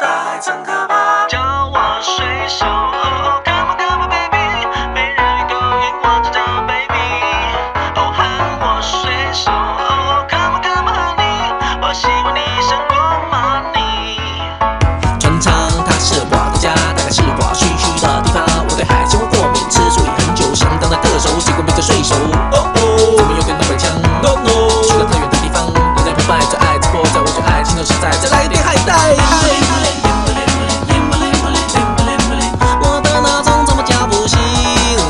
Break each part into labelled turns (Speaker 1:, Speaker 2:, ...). Speaker 1: 大张可吧，叫我水手。哦，Come on Come on baby，没人勾引我这叫 baby。哦，喊我水手。哦，Come on Come on honey，我希望你胜过 money。船舱它是我的家，大概是我去去的地方。我对海鲜会过敏，吃素已很久，相当的特熟，结果变成水手。哦哦，怎么有点东北腔？No no，去了太远的地方，人家澎湃，最爱直播，在我最爱心头现在，再来一点海带。我的闹钟怎么叫不醒我？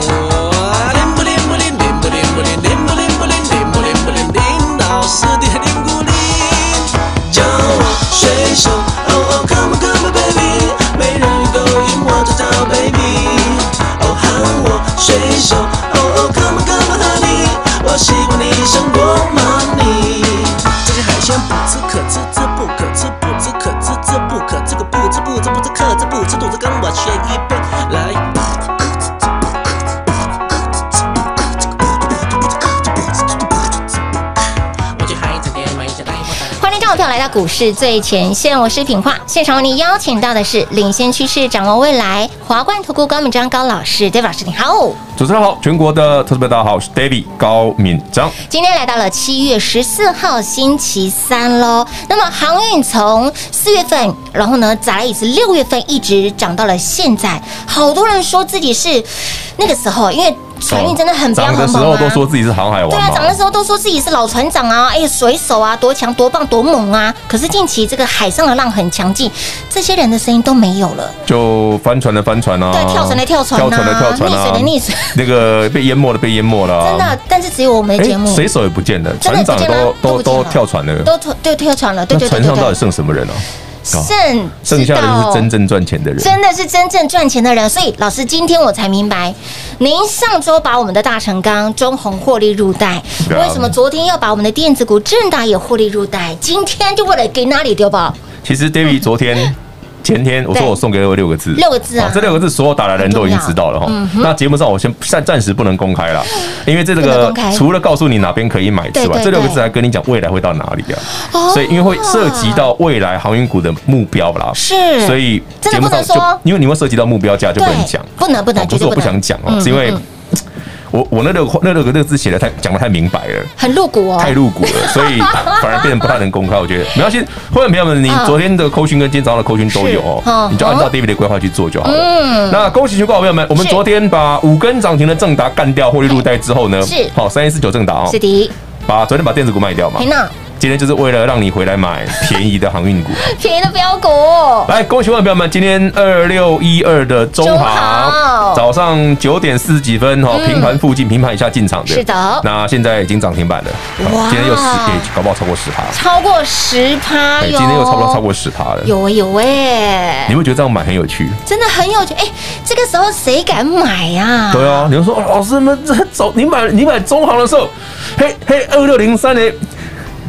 Speaker 1: 铃不铃不铃，铃不铃不铃，铃不铃不铃，铃不铃不铃，铃到死的铃不铃。叫我水手，哦哦，Come on Come on baby，没人勾引我这叫 baby。哦喊我水手，哦哦，Come on Come on honey，我希望你胜过 money。这些海鲜不知可知，知不可知，不知可知，知不可知，个不知不知不知可知不知，肚子跟我学一遍来。我去海产店买一些带货蛋。
Speaker 2: 欢迎各位朋友来到股市最前线，我是品化。现场为您邀请到的是领先趋势、掌握未来华冠投顾高敏章高老师，David 老师你好。
Speaker 3: 主持人好，全国的投资者大家好，我是 David 高敏章。
Speaker 2: 今天来到了七月十四号星期三喽。那么航运从四月份，然后呢，再来一次六月份，一直涨到了现在。好多人说自己是那个时候，因为船运真的很飙
Speaker 3: 涨的
Speaker 2: 很
Speaker 3: 时
Speaker 2: 猛
Speaker 3: 候
Speaker 2: 啊
Speaker 3: 都说自己是航海王
Speaker 2: 对啊，
Speaker 3: 嘛
Speaker 2: 涨的时候都说自己是老船长啊，哎、水手啊，多强多棒多猛啊！可是近期这个海上的浪很强劲，这些人的声音都没有了。
Speaker 3: 就翻船的翻船啊，
Speaker 2: 对跳船的跳船啊
Speaker 3: 跳船的跳船啊，
Speaker 2: 溺水的溺水
Speaker 3: 那个被淹没的被淹没了啊、哎
Speaker 2: 真的，但是只有我们的节目、
Speaker 3: 水手也不见了，
Speaker 2: 真的不
Speaker 3: 船长
Speaker 2: 见
Speaker 3: 都
Speaker 2: 了
Speaker 3: 都
Speaker 2: 不见
Speaker 3: 都
Speaker 2: 了
Speaker 3: 跳船了。
Speaker 2: 都跳都跳船了，对
Speaker 3: 那
Speaker 2: 对对
Speaker 3: 船
Speaker 2: 对
Speaker 3: 上到底
Speaker 2: 对，
Speaker 3: 剩什么人啊？
Speaker 2: 剩哦
Speaker 3: 剩下的
Speaker 2: 知道
Speaker 3: 人是真正赚钱的人。
Speaker 2: 真的是真正赚钱的人。所以老师，今天我才明白，您上周把我们的大成钢、中红获利入袋，
Speaker 3: 对啊
Speaker 2: 为什么昨天要把我们的电子股正达也获利入袋？今天就为了给那里丢吧？
Speaker 3: 其实 David 昨天。前天我
Speaker 2: 嗯
Speaker 3: 说
Speaker 2: 对
Speaker 3: 我送给我六个字，
Speaker 2: 六个字啊
Speaker 3: 好这六个字所有打来的人都已经知道了哈。那节目上我先暂暂时不能公开了，因为这
Speaker 2: 嗯
Speaker 3: 这
Speaker 2: 不能
Speaker 3: 个
Speaker 2: 公开
Speaker 3: 除了告诉你哪边可以买之
Speaker 2: 对
Speaker 3: 外，
Speaker 2: 对
Speaker 3: 这六个
Speaker 2: 对
Speaker 3: 字还跟你讲未来会到哪里啊，
Speaker 2: 哦
Speaker 3: 所以因为会涉及到未来航运股的目标啦，
Speaker 2: 是
Speaker 3: 所以
Speaker 2: 真
Speaker 3: 节
Speaker 2: 的
Speaker 3: 目
Speaker 2: 不
Speaker 3: 上
Speaker 2: 能
Speaker 3: 就
Speaker 2: 说
Speaker 3: 因为你会涉及到目标价就不能
Speaker 2: 对
Speaker 3: 讲，
Speaker 2: 不能不能
Speaker 3: 哦不
Speaker 2: 绝
Speaker 3: 是
Speaker 2: 对
Speaker 3: 我
Speaker 2: 不
Speaker 3: 不
Speaker 2: 能
Speaker 3: 想讲哦，
Speaker 2: 嗯
Speaker 3: 是因为
Speaker 2: 嗯
Speaker 3: 我我那六个那六个那个字写的太讲的太明白了。
Speaker 2: 很露骨哦，
Speaker 3: 太露骨了， 所以反而变成不太能公开。我觉得没关系，会员朋友们，你
Speaker 2: 嗯
Speaker 3: 昨天的扣讯跟今天早上的扣讯都
Speaker 2: 是
Speaker 3: 有哦
Speaker 2: 嗯，
Speaker 3: 你就按照
Speaker 2: 嗯
Speaker 3: David 的规划去做就好了
Speaker 2: 嗯。
Speaker 3: 那恭喜全国好朋友们，我们
Speaker 2: 是
Speaker 3: 昨天把五根涨停的正达干掉，获利入袋之后呢，
Speaker 2: 是
Speaker 3: 好三一四九正达哦
Speaker 2: 是，的，
Speaker 3: 把昨天把电子股卖掉嘛
Speaker 2: 嘿，娜，
Speaker 3: 今天就是为了让你回来买便宜的航运股。
Speaker 2: 便宜的标股，
Speaker 3: 来，恭喜各位朋友们，今天二六一二的中
Speaker 2: 中
Speaker 3: 航
Speaker 2: 航
Speaker 3: 早上九点四十几分哈，
Speaker 2: 嗯
Speaker 3: 平盘附近平盘以下进场的，
Speaker 2: 是的
Speaker 3: 那现在已经涨停板了，
Speaker 2: 哇
Speaker 3: 今天又十，哎搞不好超过十趴，
Speaker 2: 超过十趴
Speaker 3: 哎
Speaker 2: 哟，
Speaker 3: 今天又差不多超过十趴了。
Speaker 2: 有哎有哎
Speaker 3: 你，会觉得这样买很有趣？
Speaker 2: 真的很有趣哎，这个时候谁敢买呀？
Speaker 3: 对啊，你就说哦老师们这走，你买 你买中航的时候，嘿嘿二六零三的，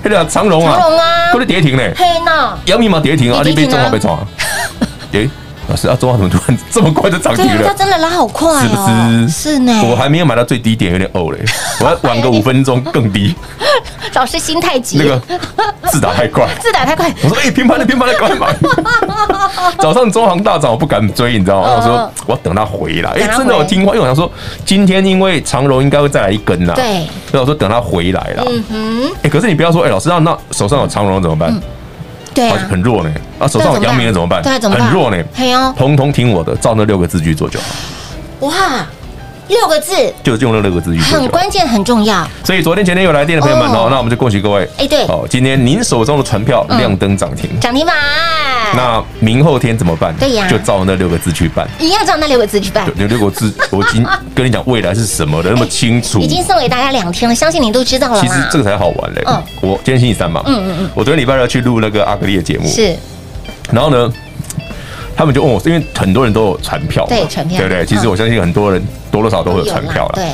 Speaker 3: 那个长荣啊，
Speaker 2: 长荣啊
Speaker 3: 都是跌停嘞，
Speaker 2: 嘿娜，
Speaker 3: 杨密嘛跌停啊，
Speaker 2: 也
Speaker 3: 你
Speaker 2: 跌停
Speaker 3: 被中
Speaker 2: 啊
Speaker 3: 航被中航， 哎，老师啊，中航怎么突然这么快就涨
Speaker 2: 对
Speaker 3: 停
Speaker 2: 啊，
Speaker 3: 了
Speaker 2: 它？真的拉好快
Speaker 3: 是
Speaker 2: 哦
Speaker 3: 不是？，
Speaker 2: 呢，
Speaker 3: 我还没有买到最低点，有点呕嘞。 我要晚个五分钟更低，
Speaker 2: 老师心太急，
Speaker 3: 那个字打太快。
Speaker 2: 字打太快，
Speaker 3: 我说：“哎、平盘的平盘的，赶快买！” 早上中航大涨，我不敢追，你知道吗？
Speaker 2: 嗯
Speaker 3: 我说我要等它回来。哎、
Speaker 2: 等它
Speaker 3: 真的
Speaker 2: 回
Speaker 3: 我听话，因为我想说今天因为长荣应该会再来一根啦。啊
Speaker 2: 对，
Speaker 3: 所以我说等它回来啦。哎、
Speaker 2: 嗯
Speaker 3: 可是你不要说，哎、老师，那那手上有长荣怎么办？
Speaker 2: 哼，对
Speaker 3: 好
Speaker 2: 啊
Speaker 3: 像，很弱呢。啊，手上有阳明的怎么办？
Speaker 2: 对啊，怎么办？
Speaker 3: 很弱呢。
Speaker 2: 嘿哟，
Speaker 3: 统统听我的，照那六个字去做就好，
Speaker 2: 哇，六个字
Speaker 3: 就用那六个字去做就好
Speaker 2: 很。关键，很重要，
Speaker 3: 所以昨天、前天有来电的朋友们哦
Speaker 2: 哦，
Speaker 3: 那我们就恭喜各位。
Speaker 2: 哎对
Speaker 3: 哦，今天您手中的船票亮灯涨停，
Speaker 2: 涨停板，
Speaker 3: 那明后天怎么办？
Speaker 2: 对呀
Speaker 3: 就照那六个字去办。
Speaker 2: 一样照那六个字去办
Speaker 3: 对。那六个字，我已经跟你讲未来是什么的那么清楚
Speaker 2: 已。经送给大家两天了，相信你都知道了啦。
Speaker 3: 其实这个才好玩嘞
Speaker 2: 嗯。
Speaker 3: 我今天星期三嘛，
Speaker 2: 嗯嗯嗯
Speaker 3: 我昨天礼拜六去录那个阿格丽的节目，
Speaker 2: 是
Speaker 3: 然后呢，他们就问我，因为很多人都有船票嘛，
Speaker 2: 对船票
Speaker 3: 对不对？其实
Speaker 2: 嗯
Speaker 3: 我相信很多人多多少少都会有
Speaker 2: 都有
Speaker 3: 船
Speaker 2: 啦
Speaker 3: 票了。
Speaker 2: 对，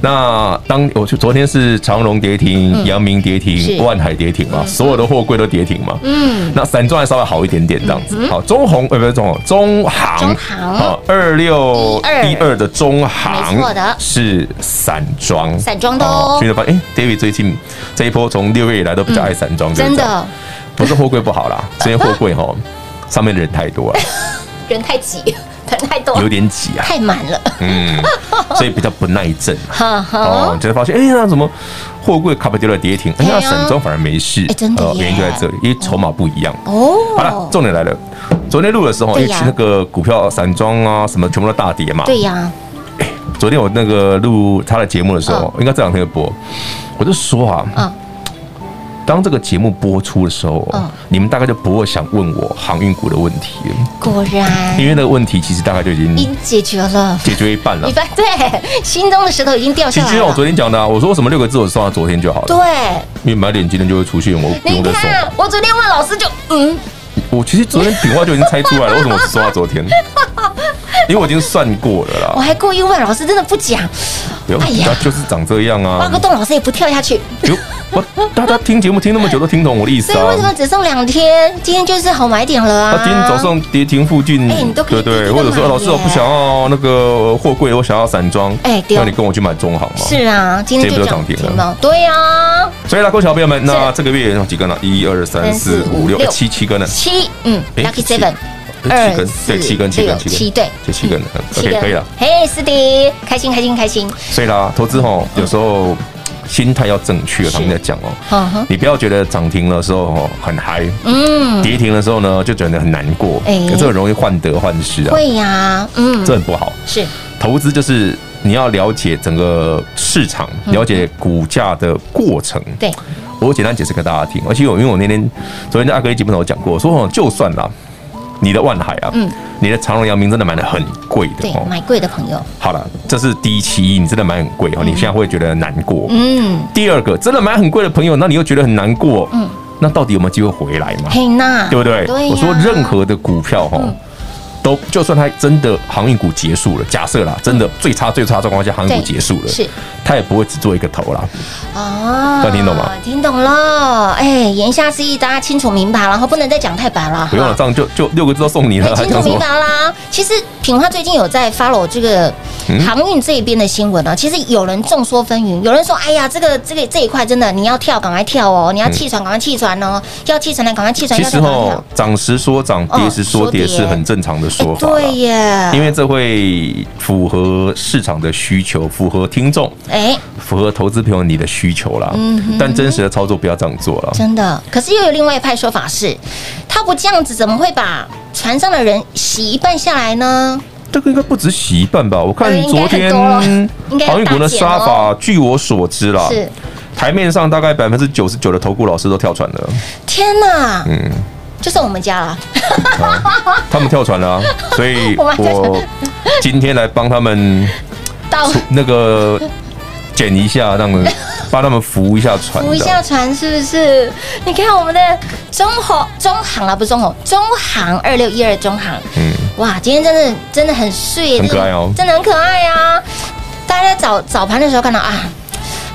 Speaker 3: 那当我去昨天是长荣跌停、阳明跌
Speaker 2: 嗯是
Speaker 3: 停、万海跌停嘛，所有的货柜都跌停嘛。
Speaker 2: 嗯，
Speaker 3: 那散装还稍微好一点点这样子。好，中红呃不是中红，中
Speaker 2: 中
Speaker 3: 航，
Speaker 2: 航
Speaker 3: 好二六一二的中航，
Speaker 2: 没错的
Speaker 3: 是散装，
Speaker 2: 散装的哦
Speaker 3: 所以就发现，哎，David 最近这一波从六月以来都比较爱散装，就是
Speaker 2: 嗯真
Speaker 3: 这样，
Speaker 2: 的
Speaker 3: 不是货柜不好 啦，这些货柜哈上面的人太多了，
Speaker 2: 人太挤， 人太多
Speaker 3: 有，点挤啊，
Speaker 2: 太满了，
Speaker 3: 嗯，所以比较不耐震 啊。
Speaker 2: 哈
Speaker 3: 哦
Speaker 2: 哈，，
Speaker 3: 就会发现，哎、那怎么货柜卡巴丢了跌停，
Speaker 2: 对
Speaker 3: 哎、
Speaker 2: 啊
Speaker 3: 那散装反而没事，哦
Speaker 2: 哎真的耶
Speaker 3: 原因就在这里，因为筹码不一样。好了，
Speaker 2: 哦，
Speaker 3: 重点来了，昨天录的时候，
Speaker 2: 对
Speaker 3: 因
Speaker 2: 呀
Speaker 3: 为其实那个股票散装啊什么全部都大跌嘛。
Speaker 2: 对呀，
Speaker 3: 昨天我那个录他的节目的时候，应该这两天有播，我就说啊，
Speaker 2: 嗯，
Speaker 3: 当这个节目播出的时候，
Speaker 2: 嗯
Speaker 3: 你们大概就不会想问我航运股的问题了，
Speaker 2: 果然
Speaker 3: 因为那个问题其实大概就已经
Speaker 2: 已经解决了。
Speaker 3: 解决一半了
Speaker 2: 你。发对，心中的石头已经掉
Speaker 3: 嗯其
Speaker 2: 下来
Speaker 3: 实就像我
Speaker 2: 了。
Speaker 3: 昨天讲的、啊，我说什么六个字，我送到昨天就好了，
Speaker 2: 对，
Speaker 3: 因为买点今天就会出现，我不
Speaker 2: 你
Speaker 3: 用再送了。
Speaker 2: 看，啊我昨天问老师就嗯，
Speaker 3: 我其实昨天品话就已经猜出 来了，为什么我只说到昨天？因为我已经算过了
Speaker 2: 我
Speaker 3: 啦。
Speaker 2: 还故意问老师，真的不讲，
Speaker 3: 有，
Speaker 2: 哎呀
Speaker 3: 它就是长这样
Speaker 2: 挖
Speaker 3: 啊
Speaker 2: 个。洞老师也不跳下去。
Speaker 3: 有，我大家听节目听那么久都听懂我的意思
Speaker 2: 所以为什么
Speaker 3: 啊。
Speaker 2: 只剩两天？今天就是好买点了
Speaker 3: 那
Speaker 2: 啊！
Speaker 3: 今天早上跌停附近
Speaker 2: 哎你都，可以
Speaker 3: 对对，
Speaker 2: 低低地
Speaker 3: 或者说
Speaker 2: 买
Speaker 3: 老师我
Speaker 2: 耶
Speaker 3: 不想要那个货柜，我想要散装，
Speaker 2: 哎对哦
Speaker 3: 那你跟我去买中行嘛。
Speaker 2: 是啊，今天就涨
Speaker 3: 今天
Speaker 2: 停
Speaker 3: 不就涨停
Speaker 2: 了。对啊，
Speaker 3: 所以啦，各位小朋友们，那
Speaker 2: 是
Speaker 3: 这个月有几根了？啊一二三四五六
Speaker 2: 六
Speaker 3: 哎七七根了，
Speaker 2: 七嗯
Speaker 3: 哎
Speaker 2: ，lucky
Speaker 3: 七
Speaker 2: seven，
Speaker 3: 哎七根，对，七根，七
Speaker 2: 六
Speaker 3: 根，七
Speaker 2: 七
Speaker 3: 根
Speaker 2: 对，，
Speaker 3: 就七根了。嗯
Speaker 2: 七
Speaker 3: OK，可以了。。
Speaker 2: 嘿，是的，开心开心开心。
Speaker 3: 所以啦，投资吼有时候心态要正确，常常在讲哦。
Speaker 2: 嗯哼，
Speaker 3: 你不要觉得涨停的时候哦很嗨，
Speaker 2: 嗯，
Speaker 3: 跌停的时候呢就觉得很难过，
Speaker 2: 哎
Speaker 3: 这很容易患得患失啊，
Speaker 2: 会呀，嗯
Speaker 3: 这，很不好。
Speaker 2: 是
Speaker 3: 投资就是你要了解整个市场，了解股价的过程。
Speaker 2: 嗯对，
Speaker 3: 我简单解释给大家听，而且我因为我那天昨天在阿哥一节目上我讲过，我说哦就算啦，你的万海啊，
Speaker 2: 嗯
Speaker 3: 你的长荣、阳明真的买的很贵的
Speaker 2: 对，
Speaker 3: 哦。
Speaker 2: 买贵的朋友，
Speaker 3: 好了，这是第一期，你真的买很贵哦，你现在会觉得难过。
Speaker 2: 嗯，
Speaker 3: 第二个，真的买很贵的朋友，那你又觉得很难过，嗯，那到底有没有机会回来嘛？
Speaker 2: 嘿娜，
Speaker 3: 对不对？
Speaker 2: 对呀，嗯
Speaker 3: 我说任何的股票哈，都就算它真的航运股结束了，假设啦，真的最差最差状况下航运股
Speaker 2: 嗯对
Speaker 3: 结束了，
Speaker 2: 是
Speaker 3: 它也不会只做一个头啦。
Speaker 2: 哦
Speaker 3: 这样听懂吗？
Speaker 2: 听懂了，哎，言下之意大家清楚明白，然后不能再讲太白了，
Speaker 3: 不用了，这样就就六个字都 送你了
Speaker 2: 对，，清
Speaker 3: 讲
Speaker 2: 楚
Speaker 3: 什
Speaker 2: 哎明
Speaker 3: 么
Speaker 2: 白啦。其实品花最近有在 follow 这个
Speaker 3: 嗯
Speaker 2: 航运这一边的新闻啊，其实有人众说纷纭，有人说，哎呀，这个这个这一块真的，你要跳赶快跳哦，你要弃船赶快弃船哦，要弃船的赶快弃船，
Speaker 3: 其
Speaker 2: 要
Speaker 3: 实
Speaker 2: 跳赶快
Speaker 3: 哈
Speaker 2: 跳。，
Speaker 3: 涨时说涨，跌时说跌
Speaker 2: 嗯说跌
Speaker 3: 是很正常的说
Speaker 2: 啊哎
Speaker 3: 法啦。
Speaker 2: 对耶，
Speaker 3: 因为这会符合市场的需求，符合听众，
Speaker 2: 哎，
Speaker 3: 符合投资朋友你的需求啦。
Speaker 2: 嗯
Speaker 3: 但真实的操作不要这样做了。
Speaker 2: 真的。可是又有另外一派说法是，他不这样子，怎么会把船上的人洗一半下来呢？
Speaker 3: 这个应该不止洗一半吧？我看
Speaker 2: 呃应该
Speaker 3: 昨
Speaker 2: 很
Speaker 3: 天
Speaker 2: 多了 应该有
Speaker 3: 航运股的
Speaker 2: 大减哦
Speaker 3: 杀法，据我所知啦，
Speaker 2: 是，
Speaker 3: 台面上大概百分之九十九的投顾老师都跳船 了，
Speaker 2: 天哪，嗯，就剩我们家了，
Speaker 3: 啊他们跳船了啊、所以
Speaker 2: 我们还在
Speaker 3: 我今天来帮他们
Speaker 2: 到
Speaker 3: 出那个捡一下，让他 们帮他们扶一下船
Speaker 2: 扶一下
Speaker 3: 的。
Speaker 2: 船是不是？你看我们的中红中航啊，不是中红，中航二六一二中航，
Speaker 3: 嗯，
Speaker 2: 哇，今天真的真的很碎，
Speaker 3: 很可爱哦
Speaker 2: 真的很可爱啊！大家在早早盘的时候看到啊，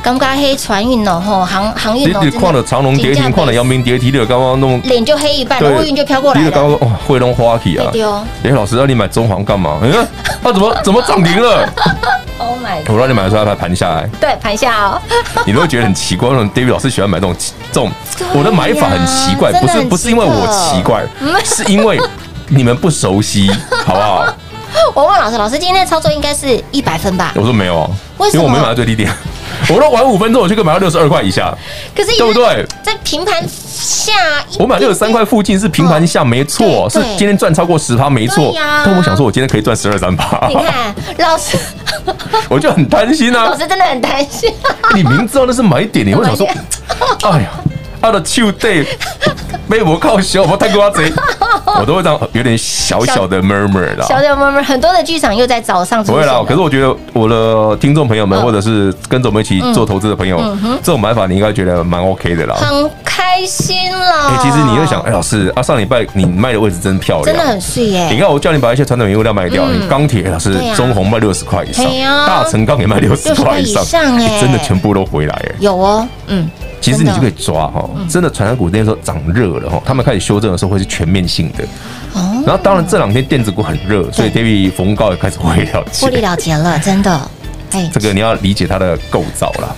Speaker 2: 刚刚黑船运哦，吼航航
Speaker 3: 你
Speaker 2: 运哦，
Speaker 3: 你
Speaker 2: 真的
Speaker 3: 看了长龙跌
Speaker 2: 真的
Speaker 3: 停，看了阳明跌停，你有刚刚弄
Speaker 2: 脸就黑一半了，乌云就飘过来
Speaker 3: 你有刚
Speaker 2: 了。
Speaker 3: 刚哇汇龙花旗啊
Speaker 2: 对哦！
Speaker 3: 哎，老师让你买中航干嘛？嗯，他怎么怎么涨停了？
Speaker 2: Oh my god！
Speaker 3: 我让你买的时候它盘下来。
Speaker 2: 对，盘下哦，
Speaker 3: 你都会觉得很奇怪，为什么 David 老师喜欢买这种这种
Speaker 2: 对呀？
Speaker 3: 我的买法很奇怪，
Speaker 2: 真
Speaker 3: 不
Speaker 2: 的很嗯
Speaker 3: 是不是因为我奇怪，是因为你们不 熟悉，好不好？
Speaker 2: 我问老师，老师今天的操作应该是一百分吧？
Speaker 3: 我说没有啊
Speaker 2: 为，什
Speaker 3: 因
Speaker 2: 么
Speaker 3: 为我没买到最低点，我都玩五分钟，我就可以买到六十二块以下，
Speaker 2: 可是
Speaker 3: 对不对？
Speaker 2: 在平盘下一，
Speaker 3: 我买六十三块附近是平盘下，没错，
Speaker 2: 对
Speaker 3: 是
Speaker 2: 对
Speaker 3: 今天赚超过十趴，没错
Speaker 2: 对呀。
Speaker 3: 但我想说，我今天可以赚十二三趴
Speaker 2: 你，看老师，
Speaker 3: 我就很担心啊
Speaker 2: 老。师真的很担心。
Speaker 3: 你明知道那是买点，你会想说，啊
Speaker 2: 买
Speaker 3: 哎呀，他的 two day 被我靠笑，我太 夸张，我都会这样有点小小的 murmur 啦。
Speaker 2: 小小妹妹，很多的剧场又在早上出
Speaker 3: 不会
Speaker 2: 现
Speaker 3: 啦
Speaker 2: 了，
Speaker 3: 可是我觉得我的听众朋友们，
Speaker 2: 嗯
Speaker 3: 或者是跟着我们一起做投资的朋友，这种买法你应该觉得蛮 OK 的啦。
Speaker 2: 很开心啦。
Speaker 3: 哎，其实你会想，哎，老师啊，上礼拜你卖的位置真漂亮，
Speaker 2: 真的很碎耶、
Speaker 3: 你看，我叫你把一些传统原物料卖掉，
Speaker 2: 嗯
Speaker 3: 你钢铁老师
Speaker 2: 对啊
Speaker 3: 中红卖六十块以上
Speaker 2: 对，啊
Speaker 3: 大成钢也卖六十块以上，
Speaker 2: 60块以上哎
Speaker 3: 哎真的全部都回来哎。
Speaker 2: 有哦，嗯，
Speaker 3: 其实
Speaker 2: 真
Speaker 3: 你
Speaker 2: 的嗯
Speaker 3: 就可以抓哈，真的传染股那时候涨热了哈，他们开始修正的时候会是全面性的。
Speaker 2: 哦，
Speaker 3: 然后当然这两天电子股很热，所以 David 逢高也开始回了
Speaker 2: 获利
Speaker 3: 解。
Speaker 2: 了结了，真的。哎，
Speaker 3: 这个你要理解它的构造啦，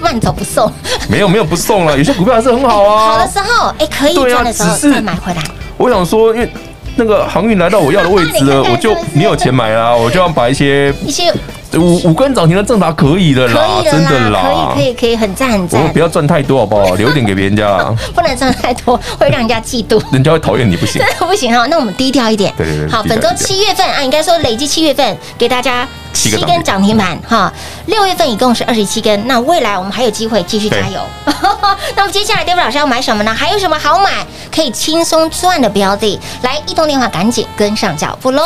Speaker 2: 慢走不送，
Speaker 3: 没有没有不 送了，有些股票还是很好
Speaker 2: 好
Speaker 3: 啊
Speaker 2: 的。时候，哎，可以
Speaker 3: 对啊
Speaker 2: 赚的时候
Speaker 3: 只是
Speaker 2: 再买回来。
Speaker 3: 我想说，因为那个航运来到我要的位置了，
Speaker 2: 你看看
Speaker 3: 我就是
Speaker 2: 不是
Speaker 3: 你有钱买啦，我就要把一些
Speaker 2: 一些
Speaker 3: 五五根涨停的正达可以的
Speaker 2: 可
Speaker 3: 啦，
Speaker 2: 以的
Speaker 3: 真的
Speaker 2: 啦，
Speaker 3: 啦
Speaker 2: 可以可，以可以，很赞很
Speaker 3: 我们
Speaker 2: 赞
Speaker 3: 不，要赚太多好不 好？留一点给别人家，
Speaker 2: 不能赚太多，会让人家嫉妒。
Speaker 3: 人家会讨厌你不 行。
Speaker 2: 不行啊哈，那我们低调一点。
Speaker 3: 对对对
Speaker 2: 好，
Speaker 3: 低调
Speaker 2: 本周
Speaker 3: 低调
Speaker 2: 七月份啊，应该说累计七月份给大家
Speaker 3: 七个
Speaker 2: 根涨停板哈。六月份一共是二十七根，那未来我们还有机会继续加油。 那么接下来 David 老师要买什么呢？还有什么好买可以轻松赚的标的？来，移动电话赶紧跟上脚步喽。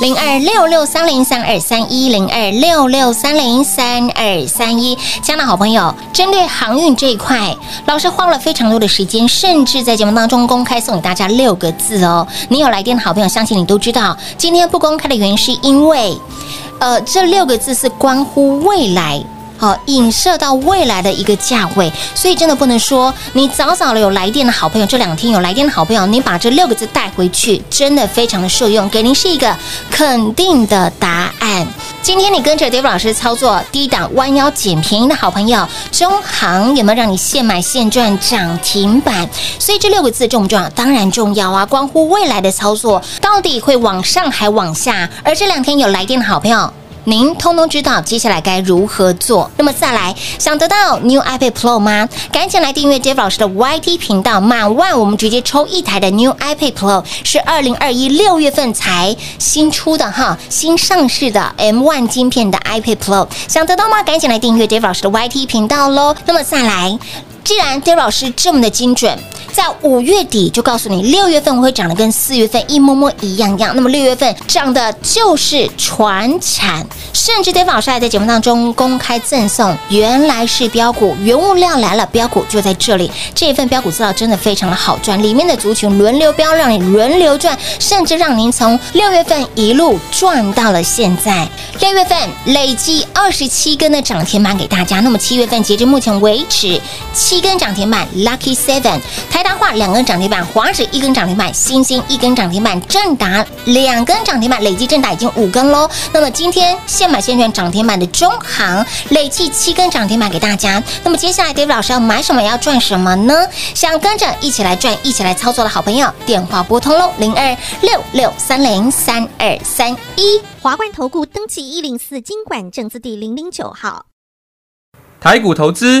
Speaker 2: 零二六六三零三二三一零二六六三零三二三一，江南好朋友，针对航运这一块，老师花了非常多的时间，甚至在节目当中公开送给大家六个字哦。你有来电的好朋友，相信你都知道，今天不公开的原因是因为，呃，这六个字是关乎未来。好，影射到未来的一个价位，所以真的不能说你早早的有来电的好朋友，这两天有来电的好朋友，你把这六个字带回去，真的非常的受用，给您是一个肯定的答案。今天你跟着 Dave 老师操作低档弯腰捡便宜的好朋友，中行有没有让你现买现赚涨停板？所以这六个字重不重要？当然重要啊，关乎未来的操作到底会往上还往下。而这两天有来电的好朋友。您通通知道接下来该如何做。那么再来，想得到 New iPad Pro 吗？赶紧来订阅 Dave 老师的 YT 频道，满万我们直接抽一台的 New iPad Pro，是二零二一六月份才新出的哈，新上市的 M One 晶片的 iPad Pro，想得到吗？赶紧来订阅 Dave 老师的 YT 频道喽。那么再来。既然 Dave 老师这么的精准，在五月底就告诉你，六月份会涨得跟四月份一模模一样样。那么六月份涨的就是船产，甚至 Dave 老师还在节目当中公开赠送，原来是标股，原物料来了，标股就在这里。这一份标股资料真的非常的好赚，里面的族群轮流标，让你轮流赚，甚至让您从六月份一路赚到了现在。六月份累计二十七根的涨停板给大家，那么七月份截至目前为止，七根涨停板，Lucky Seven，台达化两根涨停板，华指一根涨停板，星星一根涨停板，正达两根涨停板，累计正达已经五根喽。那么今天现买现赚涨停板的中行，累计七根涨停板给大家。那么接下来 Dave 老师要买什么，要赚什么呢？想跟着一起来赚，一起来操作的好朋友，电话拨通喽，零二六六三零三二三一。
Speaker 4: 华冠投顾登记一零四经管证字第零零九号。
Speaker 5: 台股投资，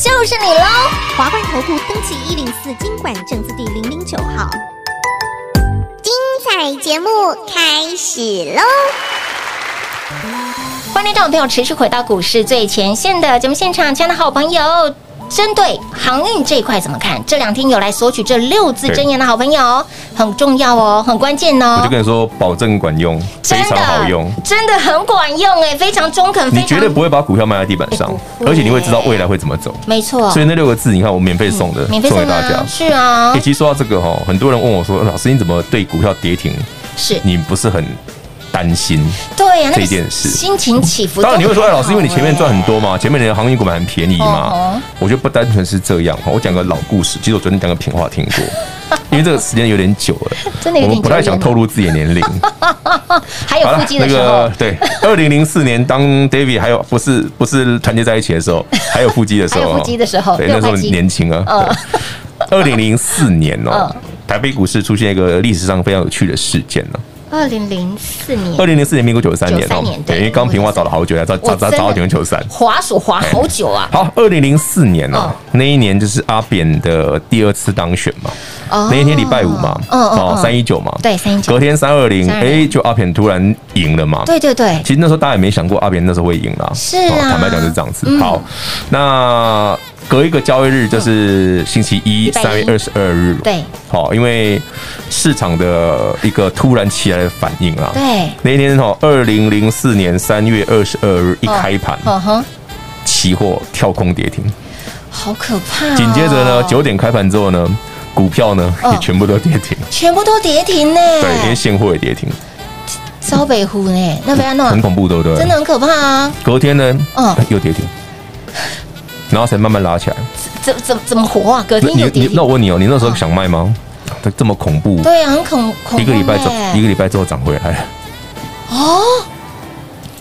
Speaker 2: 就是你喽！
Speaker 4: 华冠投顾登记一零四经管证字第零零九号。
Speaker 6: 精彩节目开始喽！
Speaker 2: 欢迎各位朋友持续回到股市最前线的节目现场，亲爱的好朋友。针对航运这一块怎么看？这两天有来索取这六字真言的好朋友，很重要哦，很关键哦。
Speaker 3: 我就跟你说，保证管用，非常好用。
Speaker 2: 真的很管用哎，非常中肯，非
Speaker 3: 你
Speaker 2: 常
Speaker 3: 绝对不会把股票卖在地板上
Speaker 2: 哎，不会
Speaker 3: 而且你会知道未来会怎么走。
Speaker 2: 没错
Speaker 3: 所，以那六个字，你看我免费送的，
Speaker 2: 免费
Speaker 3: 送
Speaker 2: 送
Speaker 3: 给大家
Speaker 2: 啊，。是啊
Speaker 3: 欸，其实说到这个哈，很多人问我说，老师你怎么对股票跌停，
Speaker 2: 是，
Speaker 3: 你不是很担心？
Speaker 2: 对啊呀，那个
Speaker 3: 这件事
Speaker 2: 心情起伏都
Speaker 3: 当
Speaker 2: 很好哎。
Speaker 3: 然你会说，哎，老师，因为你前面赚很多嘛，前面你的行业股买很便宜
Speaker 2: 哦哦
Speaker 3: 嘛，我觉得不单纯是这样哈。我讲个老故事，其实我昨天讲个平话听 过，因为这个时间有点久了，
Speaker 2: 真的有点
Speaker 3: 我们不
Speaker 2: 久
Speaker 3: 太
Speaker 2: 远
Speaker 3: 想
Speaker 2: 了
Speaker 3: 透露自己的年龄。
Speaker 2: 还有
Speaker 3: 好
Speaker 2: 附
Speaker 3: 了，
Speaker 2: 近
Speaker 3: 那
Speaker 2: 的时候
Speaker 3: 个，对，二零零四年当 David 还有不是不是团结在一起 的时候，还有腹肌的时
Speaker 2: 还有
Speaker 3: 候，
Speaker 2: 腹肌的时候
Speaker 3: 对，
Speaker 2: 六
Speaker 3: 那
Speaker 2: 块
Speaker 3: 时候
Speaker 2: 肌
Speaker 3: 年轻啊。二零零四年哦
Speaker 2: 嗯，
Speaker 3: 台北股市出现一个历史上非常有趣的事件呢。
Speaker 2: 二零零四
Speaker 3: 二
Speaker 2: 年，
Speaker 3: 零零四年，民国九十三年
Speaker 2: 93
Speaker 3: 哦
Speaker 2: 年，对
Speaker 3: 对，因为刚平话找了好久，找
Speaker 2: 我
Speaker 3: 找找
Speaker 2: 真的
Speaker 3: 找好久，九三。
Speaker 2: 滑手滑好久啊，
Speaker 3: 好，二零零四年哦
Speaker 2: 嗯，
Speaker 3: 那一年就是阿扁的第二次当选嘛，
Speaker 2: 哦
Speaker 3: 那一天礼拜五嘛，
Speaker 2: 嗯嗯
Speaker 3: 哦
Speaker 2: 嗯，
Speaker 3: 三一九嘛，
Speaker 2: 对319
Speaker 3: 隔天三二零，
Speaker 2: 320
Speaker 3: 哎，就阿扁突然赢了嘛，
Speaker 2: 对对对，
Speaker 3: 其实那时候大家也没想过阿扁那时候会赢啦。
Speaker 2: 是啊
Speaker 3: 哦坦白讲是这样子。
Speaker 2: 嗯
Speaker 3: 好，那隔一个交易日就是星期一，
Speaker 2: 礼拜一
Speaker 3: 三月二十二日。
Speaker 2: 对，
Speaker 3: 好，因为市场的一个突然起来的反应啦。
Speaker 2: 对，
Speaker 3: 那一天哦，二零零四年三月二十二日一开盘，
Speaker 2: 嗯哼，
Speaker 3: 期货跳空跌停，
Speaker 2: 哦好可怕哦。
Speaker 3: 紧接着呢，九点开盘之后呢，股票呢
Speaker 2: 嗯
Speaker 3: 也全部都跌停，
Speaker 2: 全部都跌停呢，
Speaker 3: 对，因为现货也跌停，
Speaker 2: 烧北湖呢，那不要弄啊
Speaker 3: 很，恐怖，对不对？
Speaker 2: 真的很可怕啊！
Speaker 3: 隔天呢，
Speaker 2: 嗯
Speaker 3: 又跌停，然后才慢慢拉起来。
Speaker 2: 怎怎怎么活啊？隔天
Speaker 3: 你
Speaker 2: 又跌
Speaker 3: 你那
Speaker 2: 停，
Speaker 3: 我问你哦，你那时候想卖吗？这这么恐怖，
Speaker 2: 啊对啊，很恐恐
Speaker 3: 一个礼拜之
Speaker 2: 走
Speaker 3: 后一个礼拜之后涨回来了，
Speaker 2: 哦，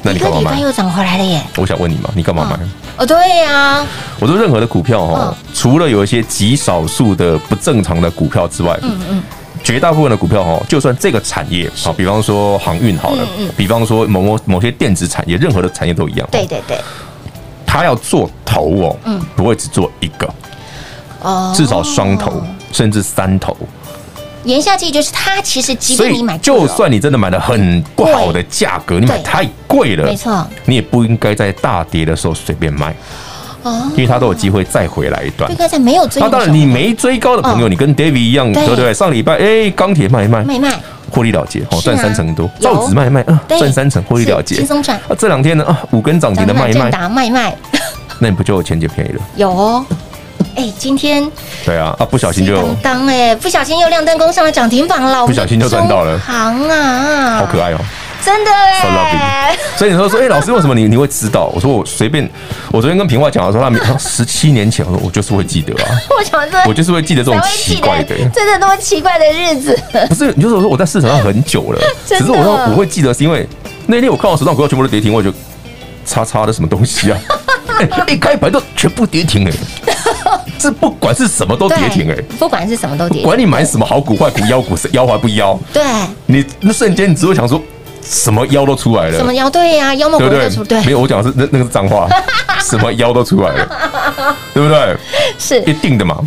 Speaker 3: 那你
Speaker 2: 一个
Speaker 3: 干嘛
Speaker 2: 礼拜
Speaker 3: 买？
Speaker 2: 又涨回来了耶！
Speaker 3: 我想问你嘛，你干嘛买？
Speaker 2: 哦，对呀，
Speaker 3: 我说任何的股票哦，
Speaker 2: 嗯
Speaker 3: 除了有一些极少数的不正常的股票之外，嗯嗯。绝大部分的股票哦，就算这个产业啊，比方说航运好了，比方说某某某些电子产业，任何的产业都一样。
Speaker 2: 嗯
Speaker 3: 哦
Speaker 2: 对，嗯对对，
Speaker 3: 它要做头哦，不会只做一个，
Speaker 2: 哦，
Speaker 3: 至少双头甚至三头。
Speaker 2: 言下之意就是，它其实即
Speaker 3: 所
Speaker 2: 便
Speaker 3: 以
Speaker 2: 你买贵了
Speaker 3: 就算你真的买了很不好的价格，你买太贵了，
Speaker 2: 没错，
Speaker 3: 你也不应该在大跌的时候随便卖，
Speaker 2: 哦，
Speaker 3: 因为它都有机会再回来一段
Speaker 2: 对。该在没有追
Speaker 3: 那
Speaker 2: 的
Speaker 3: 啊当
Speaker 2: 时
Speaker 3: 然，
Speaker 2: 候
Speaker 3: 你没追高的朋友，
Speaker 2: 嗯
Speaker 3: 你跟 David 一样，
Speaker 2: 对
Speaker 3: 对不对？上礼拜哎，钢铁卖一卖，
Speaker 2: 卖卖，
Speaker 3: 获利了结，哦，
Speaker 2: 是啊
Speaker 3: 赚三成多；
Speaker 2: 有
Speaker 3: 造纸卖一卖，啊，
Speaker 2: 对
Speaker 3: 赚三成，获利了
Speaker 2: 是
Speaker 3: 结
Speaker 2: 轻，松赚，
Speaker 3: 啊，这两天呢啊，五根涨停的卖一
Speaker 2: 正
Speaker 3: 卖，
Speaker 2: 打卖卖
Speaker 3: 那你不就有钱就便宜了？
Speaker 2: 有哦。哎，今天
Speaker 3: 对啊，啊，不小心就
Speaker 2: 当当哎，不小心又亮灯攻上了涨停榜了，我们
Speaker 3: 不小心就赚到了
Speaker 2: 中行啊，
Speaker 3: 好可，爱哦。
Speaker 2: 真的
Speaker 3: So
Speaker 2: 哎
Speaker 3: lovely，所以你说说，哎、老师，为什么你你会知道？我说我随便，我昨天跟平话讲的时候，他没啊十七年前，我说我就是会记得啊，
Speaker 2: 我想说，
Speaker 3: 我就是会记得这种
Speaker 2: 才会
Speaker 3: 奇
Speaker 2: 记
Speaker 3: 怪
Speaker 2: 得
Speaker 3: 的。
Speaker 2: 真的多奇怪的日子，
Speaker 3: 不是，你就是说我在市场上很久了，只
Speaker 2: 真的哦
Speaker 3: 是我说我会记得，是因为那天我看到手上股票全部都跌停，我就叉叉的什么东西 啊，哎一开盘就全部跌停哎、这不管是什么都跌停哎、
Speaker 2: 对不管是什么都跌停，
Speaker 3: 管你买什么好股坏股妖股谁妖还不妖，
Speaker 2: 对，
Speaker 3: 你那瞬间你只会想说什么妖都出来了，
Speaker 2: 什么妖对呀，妖魔
Speaker 3: 对
Speaker 2: 鬼
Speaker 3: 不
Speaker 2: 怪
Speaker 3: 对？
Speaker 2: 出对
Speaker 3: 没，有，我讲的是那那个是脏 话，什么腰都出来了，对不对？
Speaker 2: 是
Speaker 3: 一定的嘛。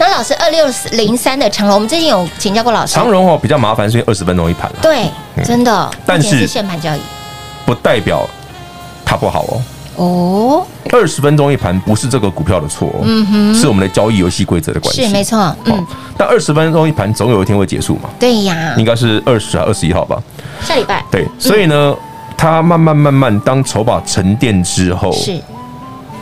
Speaker 2: 那老师二六零三的长龙，我们之前有请教过老师，
Speaker 3: 长荣哦比较麻烦，所以二十分钟一盘了，
Speaker 2: 对，真的，
Speaker 3: 但是
Speaker 2: 目前是限盘交易
Speaker 3: 不代表它不好哦。
Speaker 2: 哦，
Speaker 3: 二十分钟一盘不是这个股票的错、哦，是我们的交易游戏规则的关
Speaker 2: 嗯
Speaker 3: 系。
Speaker 2: 是没错，
Speaker 3: 哦
Speaker 2: 嗯，。
Speaker 3: 但二十分钟一盘总有一天会结束嘛，
Speaker 2: 对呀
Speaker 3: 应，该是二十啊二十一号吧？
Speaker 2: 下礼拜
Speaker 3: 对，所以呢，它慢慢慢慢当筹码沉淀之后，
Speaker 2: 是，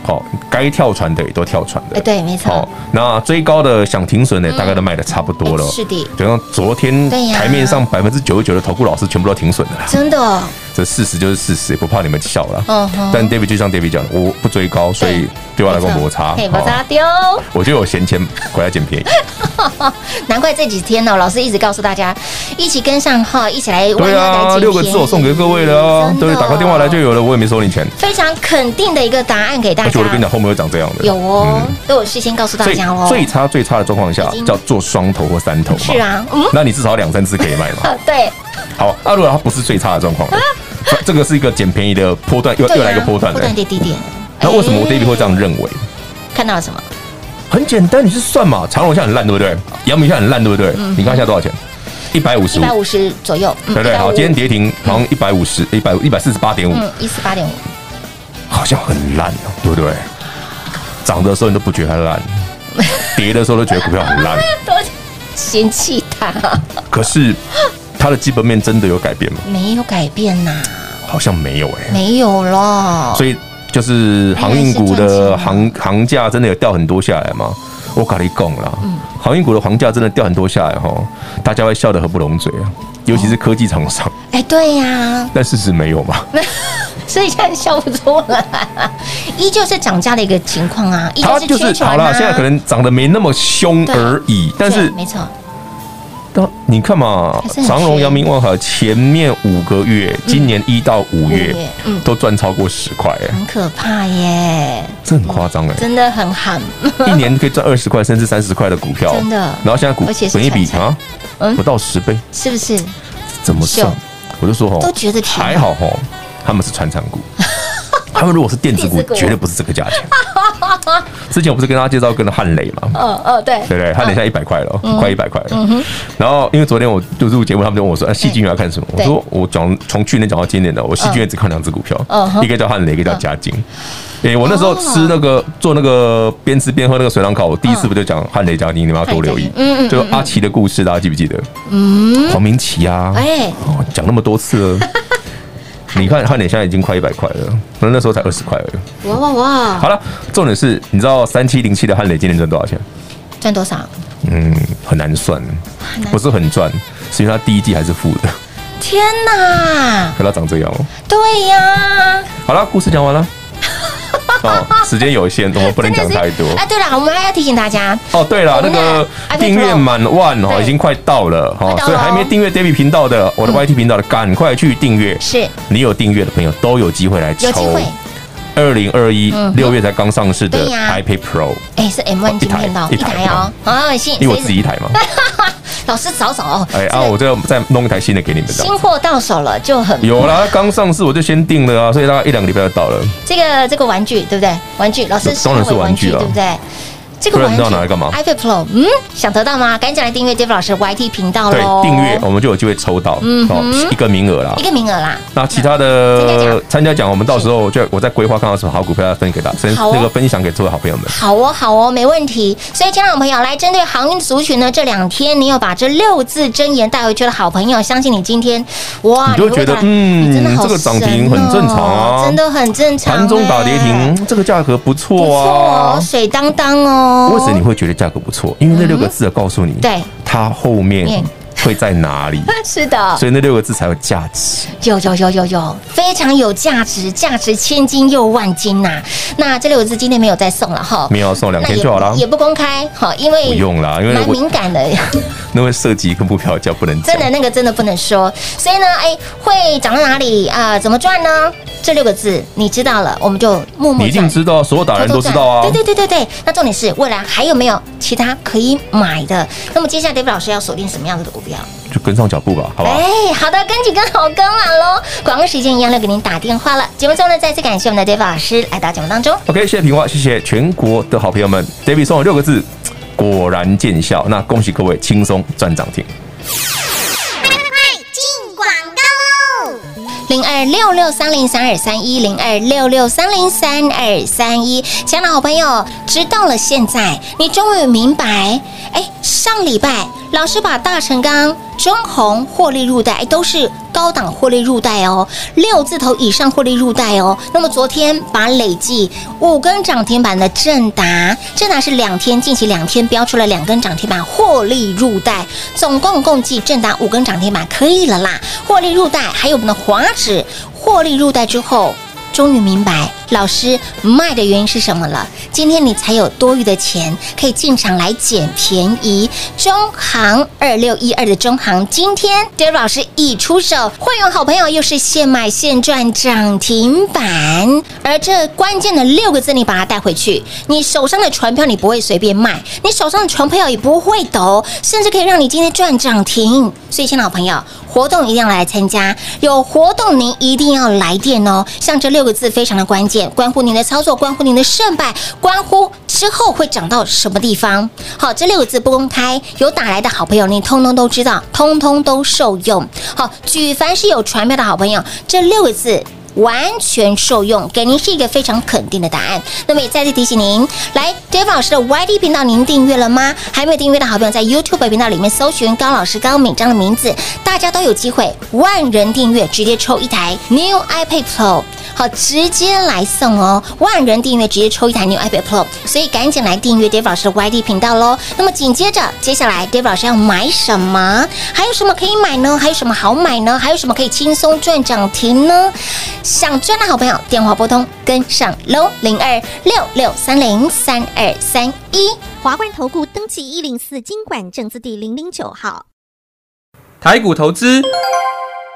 Speaker 3: 好，该跳船的也都跳船的
Speaker 2: 哎，，对，没
Speaker 3: 好
Speaker 2: 错，，
Speaker 3: 那追高的想停损的，大概都卖的差不多了。
Speaker 2: 哎是的
Speaker 3: 就像昨天
Speaker 2: 对呀
Speaker 3: 台面上百分之九十九的投顾老师全部都停损了啦，
Speaker 2: 真的，
Speaker 3: 这事实就是事实，也不怕你们笑了。
Speaker 2: 嗯哼
Speaker 3: 但 David 就像 David 讲的，我不追高，所以对我来说摩擦，
Speaker 2: 嘿，摩擦
Speaker 3: 哦
Speaker 2: 丢。
Speaker 3: 我就有闲钱回来捡 便宜。
Speaker 2: 难怪这几天呢，老师一直告诉大家，一起跟上哈，一起来弯
Speaker 3: 对
Speaker 2: 腰来
Speaker 3: 啊，
Speaker 2: 捡
Speaker 3: 六个
Speaker 2: 便
Speaker 3: 字我
Speaker 2: 宜
Speaker 3: 送给各位了啊，
Speaker 2: 真
Speaker 3: 对，
Speaker 2: 的
Speaker 3: 打个电话来就有了，我也没收你钱，
Speaker 2: 非常肯定的一个答案给大
Speaker 3: 而且
Speaker 2: 家
Speaker 3: 我都。跟你讲，后面会长这样的。
Speaker 2: 有哦，都有事先告诉大
Speaker 3: 嗯所以
Speaker 2: 家哦。
Speaker 3: 最差最差的状况下
Speaker 2: 已经
Speaker 3: 叫做双头或三头嘛。
Speaker 2: 是，啊，嗯，
Speaker 3: 那你至少两三次可以卖嘛。
Speaker 2: 对，
Speaker 3: 好，那、如果它不是最差的状况呢，这这个是一个捡便宜的波段，又
Speaker 2: 啊对啊
Speaker 3: 又来一个波段
Speaker 2: 波
Speaker 3: 了。
Speaker 2: 段的低点。
Speaker 3: 那为什么我
Speaker 2: 哎
Speaker 3: David 会这样认为？
Speaker 2: 看到了什么？嗯
Speaker 3: 很简单，你是算嘛，长隆现在很烂，对不对？阳明现在很烂，对不对？你看现在多少钱？一百五十
Speaker 2: 一
Speaker 3: 五，
Speaker 2: 百五十左右，嗯
Speaker 3: 对不对？好，
Speaker 2: 150
Speaker 3: 今天跌停好像一百五十、一百一百四十八点五，
Speaker 2: 嗯一四八点五，
Speaker 3: 好像很烂哦，对不对？涨的时候你都不觉得 它烂，跌的时候都觉得股票很烂，
Speaker 2: 多嫌弃它
Speaker 3: 可是它的基本面真的有改变吗？
Speaker 2: 没有改变呐，
Speaker 3: 好像没有哎、
Speaker 2: 没有咯。
Speaker 3: 所以就是航运股的航航价真的有掉很多下来吗？我跟你讲啦，
Speaker 2: 嗯
Speaker 3: 航运股的航价真的掉很多下来哈，大家会笑得合不拢嘴啊，尤其是科技厂商，
Speaker 2: 哎，对呀、
Speaker 3: 但事实没有嘛，
Speaker 2: 所以现在笑不出来， 依旧是涨价的一个情况啊，依旧
Speaker 3: 它
Speaker 2: 是
Speaker 3: 就
Speaker 2: 缺
Speaker 3: 是
Speaker 2: 钱啊。
Speaker 3: 好啦，现在可能涨得没那么凶
Speaker 2: 对
Speaker 3: 而已，但
Speaker 2: 对
Speaker 3: 是
Speaker 2: 没错，
Speaker 3: 当你看嘛
Speaker 2: 还是，很
Speaker 3: 长荣、
Speaker 2: 缺
Speaker 3: 阳明、万海前面五个月，今年一到五月
Speaker 2: 五月嗯
Speaker 3: 都赚超过十块，哎，
Speaker 2: 很可怕耶，
Speaker 3: 这很夸张哎，
Speaker 2: 真的很喊，
Speaker 3: 一年可以赚二十块甚至三十块的股票，
Speaker 2: 真的
Speaker 3: 然后现在股
Speaker 2: 而且是
Speaker 3: 本益比
Speaker 2: 传
Speaker 3: 啊
Speaker 2: 嗯
Speaker 3: 不到十倍，
Speaker 2: 是不是？
Speaker 3: 怎么算
Speaker 2: 秀？
Speaker 3: 我就说吼，
Speaker 2: 都觉得便宜
Speaker 3: 哦还好吼，他们是传产股，他们如果是电子股
Speaker 2: 电子，股
Speaker 3: 绝对不是这个价钱。之前我不是跟大家介绍跟汉磊嘛，
Speaker 2: 嗯嗯，对，
Speaker 3: 对不对？汉磊现在一百块了，快一百块了。然后因为昨天我就录节目，他们就问我说：“哎，戏剧院要看什么？”
Speaker 2: 嗯
Speaker 3: 我
Speaker 2: 对
Speaker 3: 说：“我讲从去年讲到今年的，我戏剧院只看两只股票
Speaker 2: 嗯，哼嗯哦
Speaker 3: 一个叫汉磊，一个叫嘉金。”哎，我那时候吃那个做那个边吃边喝那个水浪烤，我第一次不就讲汉磊嘉金，你们要多留意。
Speaker 2: 嗯嗯嗯
Speaker 3: 就阿奇的故事，大啊家记不记得？
Speaker 2: 嗯，
Speaker 3: 黄明奇啊，
Speaker 2: 哎，
Speaker 3: 哦，讲那么多次 了。你看汉磊现在已经快一百块了，那那时候才二十块而已。
Speaker 2: 哇哇哇，
Speaker 3: 好了，重点是，你知道三七零七的汉磊今年赚多少钱？
Speaker 2: 赚多少？
Speaker 3: 嗯，很难算，不是很赚，是因为它第一季还是负的，
Speaker 2: 天哪，
Speaker 3: 可它长这样哦。
Speaker 2: 对呀，
Speaker 3: 好了，故事讲完了。 哦，时间有限，我们不能讲太多
Speaker 2: 真的。是呃啊。对了，我们还要提醒大家，
Speaker 3: 哦，对了，
Speaker 2: 我
Speaker 3: 那
Speaker 2: 们的
Speaker 3: 个
Speaker 2: iPad
Speaker 3: 订阅
Speaker 2: Pro
Speaker 3: 满万哦，
Speaker 2: 啊对
Speaker 3: 已经快到了
Speaker 2: 快到，
Speaker 3: 哦
Speaker 2: 了嗯
Speaker 3: 所以还没
Speaker 2: 哦
Speaker 3: 订阅 David 频道的，我的 YT 频道的，赶快去订阅。
Speaker 2: 是
Speaker 3: 你有订阅的朋友都有机会来
Speaker 2: 有机
Speaker 3: 抽
Speaker 2: 会。，
Speaker 3: 二零二一
Speaker 2: 嗯
Speaker 3: 六月才刚上市的
Speaker 2: 对呀
Speaker 3: iPad Pro，
Speaker 2: 哎，是 M 1
Speaker 3: 一
Speaker 2: 晶
Speaker 3: 台
Speaker 2: 片的哦
Speaker 3: 一
Speaker 2: 一
Speaker 3: 台
Speaker 2: 台哦，啊，是
Speaker 3: 因为我自己一台 嘛，
Speaker 2: 老师找找哦，
Speaker 3: 哎啊，我这再弄一台新的给你们的。
Speaker 2: 新货到手了就很
Speaker 3: 有啦，刚上市我就先订了啊，所以大概一两个礼拜就到了。
Speaker 2: 这个这个玩具对不对？玩具老师
Speaker 3: 当然是玩具啊
Speaker 2: 对不对？这
Speaker 3: 不
Speaker 2: 个
Speaker 3: 然
Speaker 2: 玩
Speaker 3: 你
Speaker 2: 具
Speaker 3: 要拿来干嘛
Speaker 2: ？iPad Pro，嗯，想得到吗？赶紧来订阅 Dave 老师的 YT 频道
Speaker 3: 对
Speaker 2: 喽！，
Speaker 3: 订阅我们就有机会抽到
Speaker 2: 哦嗯哼
Speaker 3: 哦一个名额啦
Speaker 2: 一。个名额啦，
Speaker 3: 那其他
Speaker 2: 参加
Speaker 3: 的
Speaker 2: 奖
Speaker 3: 参加奖，我们到时候就我再规划看到什么好股票要分给大家，分
Speaker 2: 好哦
Speaker 3: 那个分享给所有好朋友们。
Speaker 2: 好哦，好哦，没问题。所以，亲爱的朋友，来针对航运族群呢，这两天你有把这六字真言带回去的好朋友，相信你今天哇，
Speaker 3: 你就会觉得
Speaker 2: 把它
Speaker 3: 嗯
Speaker 2: 你哎真的好
Speaker 3: 这个涨
Speaker 2: 神
Speaker 3: 停很
Speaker 2: 哦
Speaker 3: 正常啊
Speaker 2: 真的很正常、
Speaker 3: 盘中打跌
Speaker 2: 哎，
Speaker 3: 停，啊这个价格不
Speaker 2: 不
Speaker 3: 错
Speaker 2: 错哦
Speaker 3: 啊，。
Speaker 2: 水当当哦。
Speaker 3: 为什么你会觉得价格不错？因为那六个字有告诉你，
Speaker 2: 对
Speaker 3: 它后面
Speaker 2: 嗯面
Speaker 3: 会在 哪里，
Speaker 2: 是的，
Speaker 3: 所以那六个字才有价值。
Speaker 2: 有有有有有，非常有价值，价值千金又万金呐、那这六个字今天没有再送了哈，
Speaker 3: 没有送两
Speaker 2: 那
Speaker 3: 天
Speaker 2: 也
Speaker 3: 就好了
Speaker 2: 不，也不公开哈，因为
Speaker 3: 不用啦，因为
Speaker 2: 蛮敏
Speaker 3: 我
Speaker 2: 感的，
Speaker 3: 那会涉及跟目标价不能讲
Speaker 2: 真。的那个真的不能说。所以呢，哎，会涨到哪里啊、怎么赚呢？这六个字你知道了，我们就默默
Speaker 3: 你一定
Speaker 2: 赚。
Speaker 3: 知道，所有打人都知道啊
Speaker 2: 对。对对对对，那重点是未来还有没有其他可以买的？那么接下来 David 老师要锁定什么样子的股票？
Speaker 3: 就跟上脚步吧，好不好？
Speaker 2: 哎，好的，跟紧跟好跟满喽。广告时间一样，都给您打电话了。节目中呢，再次感谢我们的 David 老师来到节目当中。
Speaker 3: OK，谢谢平花，谢谢全国的好朋友们。David 送我六个字，果然见效。那恭喜各位轻松赚涨停。
Speaker 2: 零二六六三零三二三一零二六六三零三二三一。亲爱的好朋友，直到了现在，你终于明白，哎，上礼拜老师把大成钢、中红获利入袋，哎，都是高档获利入袋哦，六字头以上获利入袋哦。那么昨天把累计五根涨停板的正达，正达是两天近期两天标出了两根涨停板，获利入袋，总共共计正达五根涨停板可以了啦，获利入袋，还有我们的华指获利入袋之后。终于明白老师卖的原因是什么了。今天你才有多余的钱可以进场来捡便宜。中行二六一二的中行，今天 d a r 老师一出手，会员好朋友又是现买现赚涨停板。而这关键的六个字，你把它带回去，你手上的船票你不会随便卖，你手上的船票也不会抖，甚至可以让你今天赚涨停。所以，亲爱的好朋友，活动一定要来参加，有活动您一定要来电哦。像这六。个字非常的关键，关乎您的操作，关乎您的胜败，关乎之后会涨到什么地方。好，这六个字不公开，有打来的好朋友，你通通都知道，通通都受用。好，举凡是有传票的好朋友，这六个字。完全受用，给您是一个非常肯定的答案。那么也再次提醒您，来 Dave 老师的 YD 频道您订阅了吗？还没有订阅的好朋友，在 YouTube 频道里面搜寻高老师高敏章的名字，大家都有机会万人订阅，直接抽一台 New iPad Pro。好，直接来送哦！万人订阅直接抽一台 New iPad Pro，所以赶紧来订阅 Dave 老师的 YD 频道喽。那么紧接着，接下来 Dave 老师要买什么？还有什么可以买呢？还有什么好买呢？还有什么可以轻松赚涨停呢？想赚的好朋友，电话拨通跟上喽，零二六六三零三二三一。
Speaker 4: 华冠投顾登记一零四经管证字第零零九号。
Speaker 5: 台股投资，